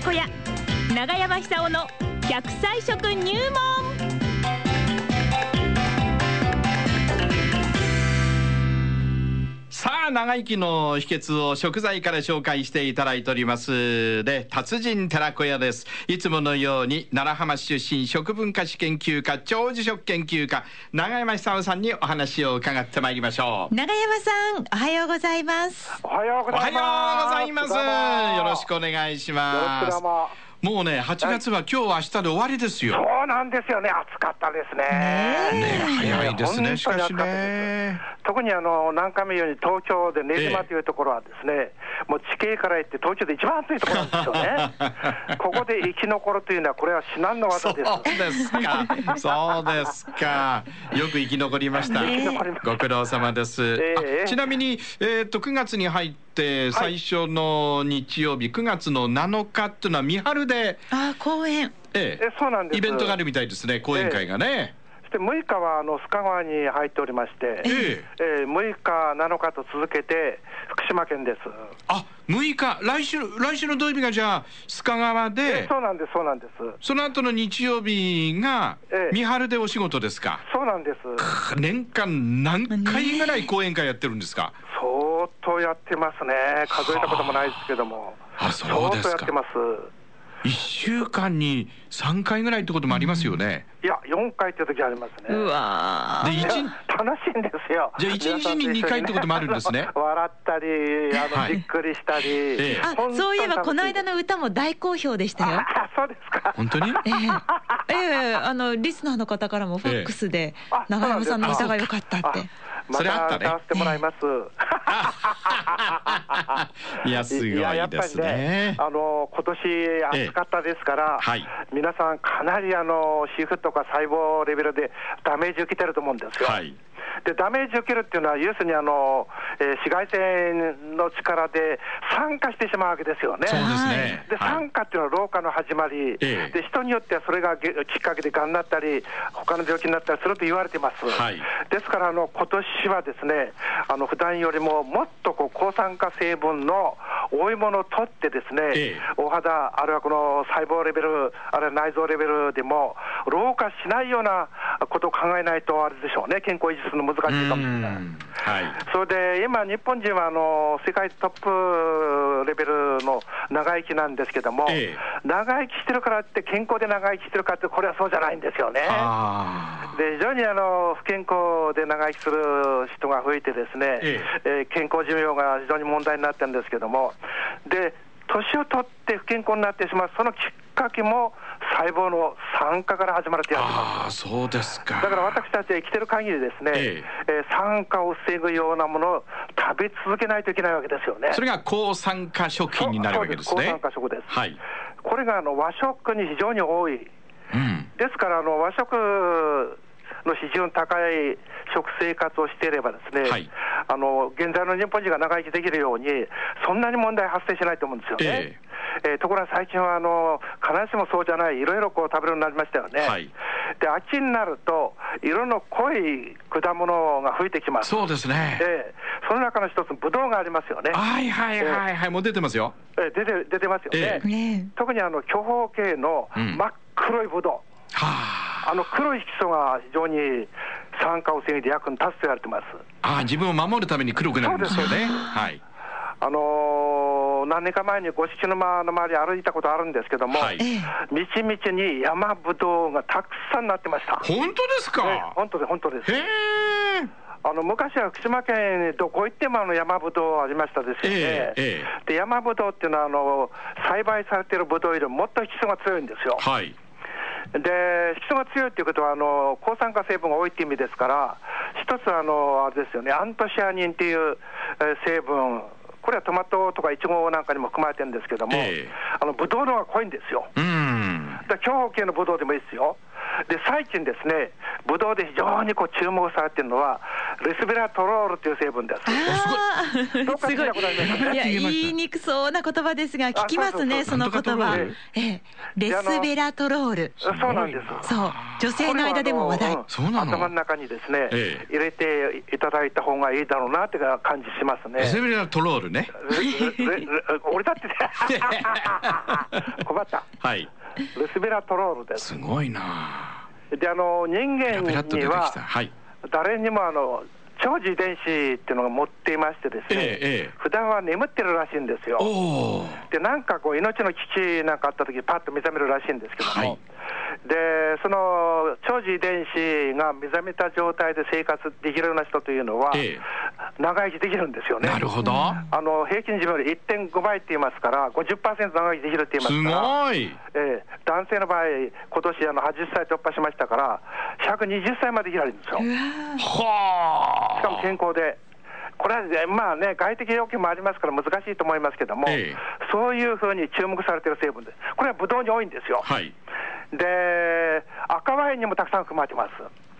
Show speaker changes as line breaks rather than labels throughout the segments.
小屋長山久夫の100歳食入門
さあ長生きの秘訣を食材から紹介していただいておりますで達人寺子屋ですいつものように奈良浜市出身食文化史研究家長寿食研究家長山久夫さんにお話を伺ってまいりましょう
長山さんおはようございます
おはようご
おは
ざい
よう
ます。
ございます
どうも
よろしくお願いし
よろ
ま
し
す
くどうも。
もうね8月は今日明日で終わりですよ
そうなんですよね。暑かったです
ね
ね。
早いですねし
本当に
かし
暑かったで
ね
す特にあの何回も言うように東京で練馬
ええ
というところはですね、もう地形から言って東京で一番暑いところなんですよ ね。ここで生き残るというのはこれは至難の
そ
技
う
で
で
す。
すか。そうですか。よく生き残りました。
生き残りました
ご苦労様です。
ええ
あちなみに、えっと、9月に入って、最初の日曜日、9月の7日っていうのは三春で、
あー公園
え
えそうなんで
え、
す。
イベントがあるみたいですね、講演会がね。
そして6日はあの須賀川に入っておりまして、
え
えー6日7日と続けて福島県です。
あ、6日、来週、来週の土曜日がじゃあ、須賀川で、
そうなんですそうなんです。
その後の日曜日が
ええ、
三春でお仕事ですか。
そうなんです。
年間何回ぐらい講演会やってるんですか。
相当やってますね、数えたこともないですけども、
あそうですか
相当やってます、
一週間に三回ぐらいってこともありますよね。
いや、4回って時ありますね、
うわ
で
い
一
や楽しいんですよ、
じゃあ一日に二回ってこともあるんですね
笑ったり、あの
はい
じっくりしたり、
ええ
ーあそういえばこの間の歌も大好評でしたよ
ああそうですか、
本当に？
ええええあのリスナーの方からもファックスで
えあ
長山さんの歌が良かったって
あま
それあったたね
歌わせてもらいます。
いやすごい
いややっぱ
で
り
す
ね
ね、。
あの今年暑かったですから、
ええはい
皆さん、かなりあの皮膚とか細胞レベルでダメージ受けてると思うんですよ。
はい。
でダメージ受けるっていうのは、要するにあの、えー紫外線の力で酸化してしまうわけですよね。
そうですね。
で
はい
酸。化っていうのは老化の始まり、
ええ
で人によってはそれがげきっかけでがんになったり、他の病気になったりすると言われてます、
はい
ですからあの今年はですねあの普段よりももっとこう抗酸化成分の多いものを取って、ですね、
ええ
お肌、あるいはこの細胞レベル、あるいは内臓レベルでも、老化しないようなことを考えないと、あれでしょうね、健康維持するの難し
う
いかもしれない。
ん。はい。
それで今、日本人はあの世界トップレベルの長生きなんですけども、
え
長生きしてるからって、健康で長生きしてるかって、これはそうじゃないんですよね。
あ
で非常にあの不健康で長生きする人が増えて、ですね、
え
えー健康寿命が非常に問題になってるんですけども、で年を取って不健康になってしまう、そのきっかけも細胞の酸化から始まると
あ。
やってます。
ああそうですか。
だから私たちは生きてる限りですね、
え
えー酸化を防ぐようなものを食べ続けないといけないわけですよね。
それが抗酸化食品になるわけです
そう
ね
高酸。化食です。
はい。
これがあの和食に非常に多い。
うん。
ですからあの和食の非常に高い食生活をしていればですね、
はい
あの現在の日本人が長生きできるようにそんなに問題発生しないと思うんですよ
え
ね。えーところが最近はあの必ずしもそうじゃない、いろいろこう食べるようになりましたよね。
はい
で秋になると、色の濃い果物が吹いてきます。
そうですね。
ええその中の一つ、ブドウがありますよね。
はいはいはいはいもう出てますよ。
ええ出て出てますよね。
え
ね
特にあの巨峰系の
うん
真っ黒いブドウ、
はあ。
あの黒い色素が非常に酸化を防いで役に立つと言われてます。
ああ自分を守るために黒くなるんですよ
そう
ね。はい。
あのー何年か前に五色沼の周り歩いたことあるんですけども、
はい
ええ
みちみちに山ぶどうがたくさんなってました。
本当です
ええ
か。
本当です、本当です
へ。え。
あの昔は福島県にどこ行ってもあの山ぶどうありましたですよね。
えええ
で山ぶどうっていうのはあの栽培されているぶどうよりももっと色素が強いんですよ。
はい。
で色素が強いっていうことはあの抗酸化成分が多いって意味ですから、一つはあのあれですよねアントシアニンっていうえー成分。これはトマトとかイチゴなんかにも含まれてるんですけども、
ええ
あのブドウの方が濃いんですよ。
うん。
だから長方形のブドウでもいいですよ。で、最近ですね、ブドウで非常にこう注目されているのは、レスベラトロールという成分 です。
あーす
どうか聞いたことあります
ご い。いや、
言えました
言いにくそうな言葉ですが、聞きますね、
あ
そ
そ
の
うそう
言
な
葉
んとか。
ええ、レスベラトロール。
そうなんです。
そう、女性の間でも話題。
それはあのうんそうなの
頭の中にですね、
ええ
入れていただいた方がいいだろうなって感じしますね。
レスベラトロールね。
レレレ 俺 だってね困った。
はい。
レスベラトロールです。
すごいな。
で、あの人間
ペラペラっと出
に
てき
は
た。はい。
誰にもあの長寿遺伝子っていうのを持っていましてです
ええ
ね、
ええ。
普段は眠ってるらしいんですよ。
おお。
でなんかこう命の危機なんかあった時パッと目覚めるらしいんですけども、
はい
でその長寿遺伝子が目覚めた状態で生活できるような人というのは、
え
長生きできるんですよね。
なるほど。
あの平均寿命より1.5倍って言いますから、50%長生きできるって言いますすから、
ごい。
ええ男性の場合、今年あの80歳突破しましたから、120歳まで生きられるんですよ。しかも
はあ。
健康で、これはね、まあね、外的要件もありますから難しいと思いますけども、
ええ
そういうふうに注目されている成分です、これはブドウに多いんですよ、
はい。
で赤ワインにもたくさん含まれてます、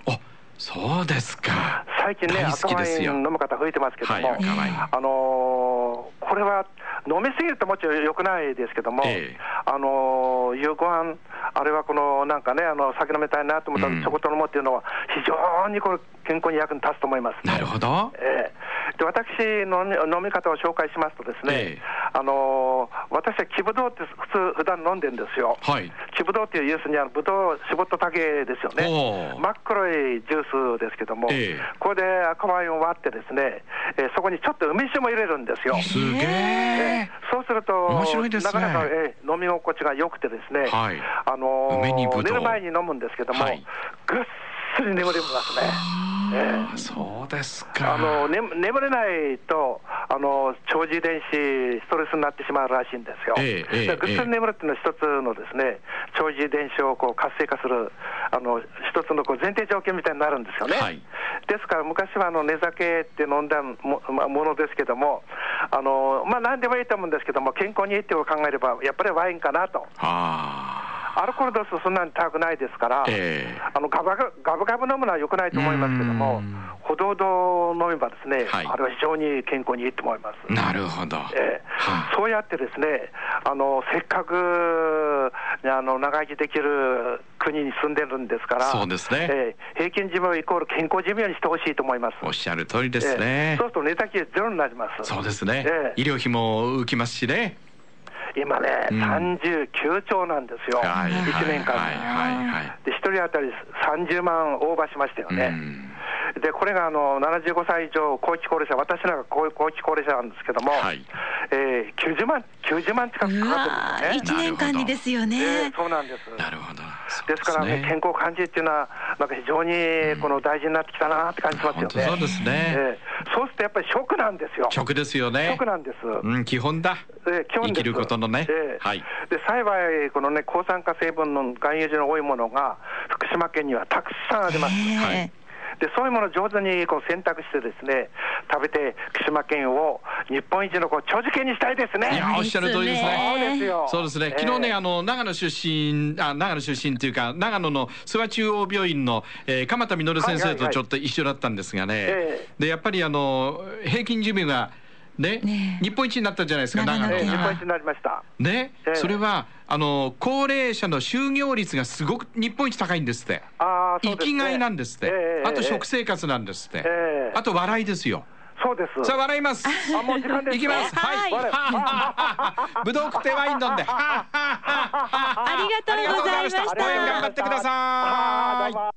あ、そうですか。
最近ね、
大好
赤
きで
ワイ
す
ン
よ
飲む方、増えてますけど
はい、
も、
赤ワイン。
あのーこれは飲みすぎるともちろん良くないですけども、
ええ
あのー夕ご飯あれはこのなんかね、あの酒飲みたいなと思った
うん
ら、ちょこっと飲もうっていうのは、非常にこれ、健康に役に立つと思います、
なるほど。
ええ、で私のね飲み方を紹介しますとですね、
ええ
あのー私は木ぶどうって普通普段飲んでるんですよ。
はい。
木ぶどうっていう要するにあのぶどうを絞った竹ですよね
おー
真っ黒いジュースですけども、
ええ
これで赤ワインを割ってですね、えーそこにちょっと梅酒も入れるんですよ。
すげえ。
そうすると、
面白いですね
なかなか、えー飲み心地が良くてですね、
はい
あのー
梅にぶどう
寝る前に飲むんですけども、
はい
ぐっすり眠れますね。ええ
あそうですか。
あの、ね、眠れないと、あの長寿遺伝子、ストレスになってしまうらしいんですよ。
ええええ
だからぐっすり眠るっていうのは、一つのですね長寿遺伝子をこう活性化する、あの一つのこう前提条件みたいになるんですよね。
はい
ですから、昔はあの寝酒って飲んだも,、まあものですけども、あのまあ、何でもいいと思うんですけども、健康にいいって考えれば、やっぱりワインかなと。
あ
アルコール度数そんなに高くないですから、
ええ
あのガブガブガブガブ飲むのは良くないと思いますけど
う
も
ん、
ほどほど飲めばですね、
はい
あれは非常に健康にいいと思います。
あ。なるほど。
ええ
は
そうやってですね、あのせっかくあの長生きできる国に住んでるんですから、
そうですね
ええ平均寿命イコール健康寿命にしてほしいと思います。
おっしゃる通りで
です
ね
そ。うすると寝たきりゼロになります。
そうですね
え。え
医療費も浮きますしね。
今ね、
うん
39兆なんですよ、
はいはい
1年間
はいはいはい
で、1人当たり30万オーバーしましたよ
う
ね。
ん
で、これがあの75歳以上、後期高齢者、私なんか後後期高齢者なんですけども、
はい
えー90万、90万近く
う
か
わ
かって
ー、
るんです
一
よね。
年間にですよ
え
ね
ー。そうなんです。
なるほど。そう
ですからね、健康を感じるっていうのは、なんか非常にこの大事になってきたなって感じますよね
本。当そうですね。
えーそうするとやっぱり食なんですよ。
食ですよね。
食なんです。
うん、基本だ。
えー基本です
生きることのね
ええ
はい
で幸い、このね、抗酸化成分の含有量の多いものが、福島県にはたくさんあります。
は
え
い
え
でそういうものを上手にこう選択してですね食べて福島県を日本一のこう長寿県にしたいですね。
いやおっしゃる通りですね
そうですよ。
そうですね。
ええ
昨日ね、あの長野出身、あ、長野出身というか、長野の諏訪中央病院の、えー、鎌田実先
は
生
いはいは
と
い
ちょっと一緒だったんですがね。
え
で、やっぱりあの平均寿命がね
ねえ
日本一になったじゃないですか、
長
長
野
野
ええ日
が
が
本一。になりました。
ね、
ええ
それはあの高齢者の就業率がすごく日本一高いんですって。
ああ、そ
生
うですね
きがいなんですって、
ええ
あと食生活なんですって、
ええ
あと笑いですよ。
そうです。
さあ笑い ます。
あもう時間ですか
いきます。はい。
はい
はい。ぶどう食ってワイン飲んで。あ
ありがとうございました
応援頑張ってください。
あーどうも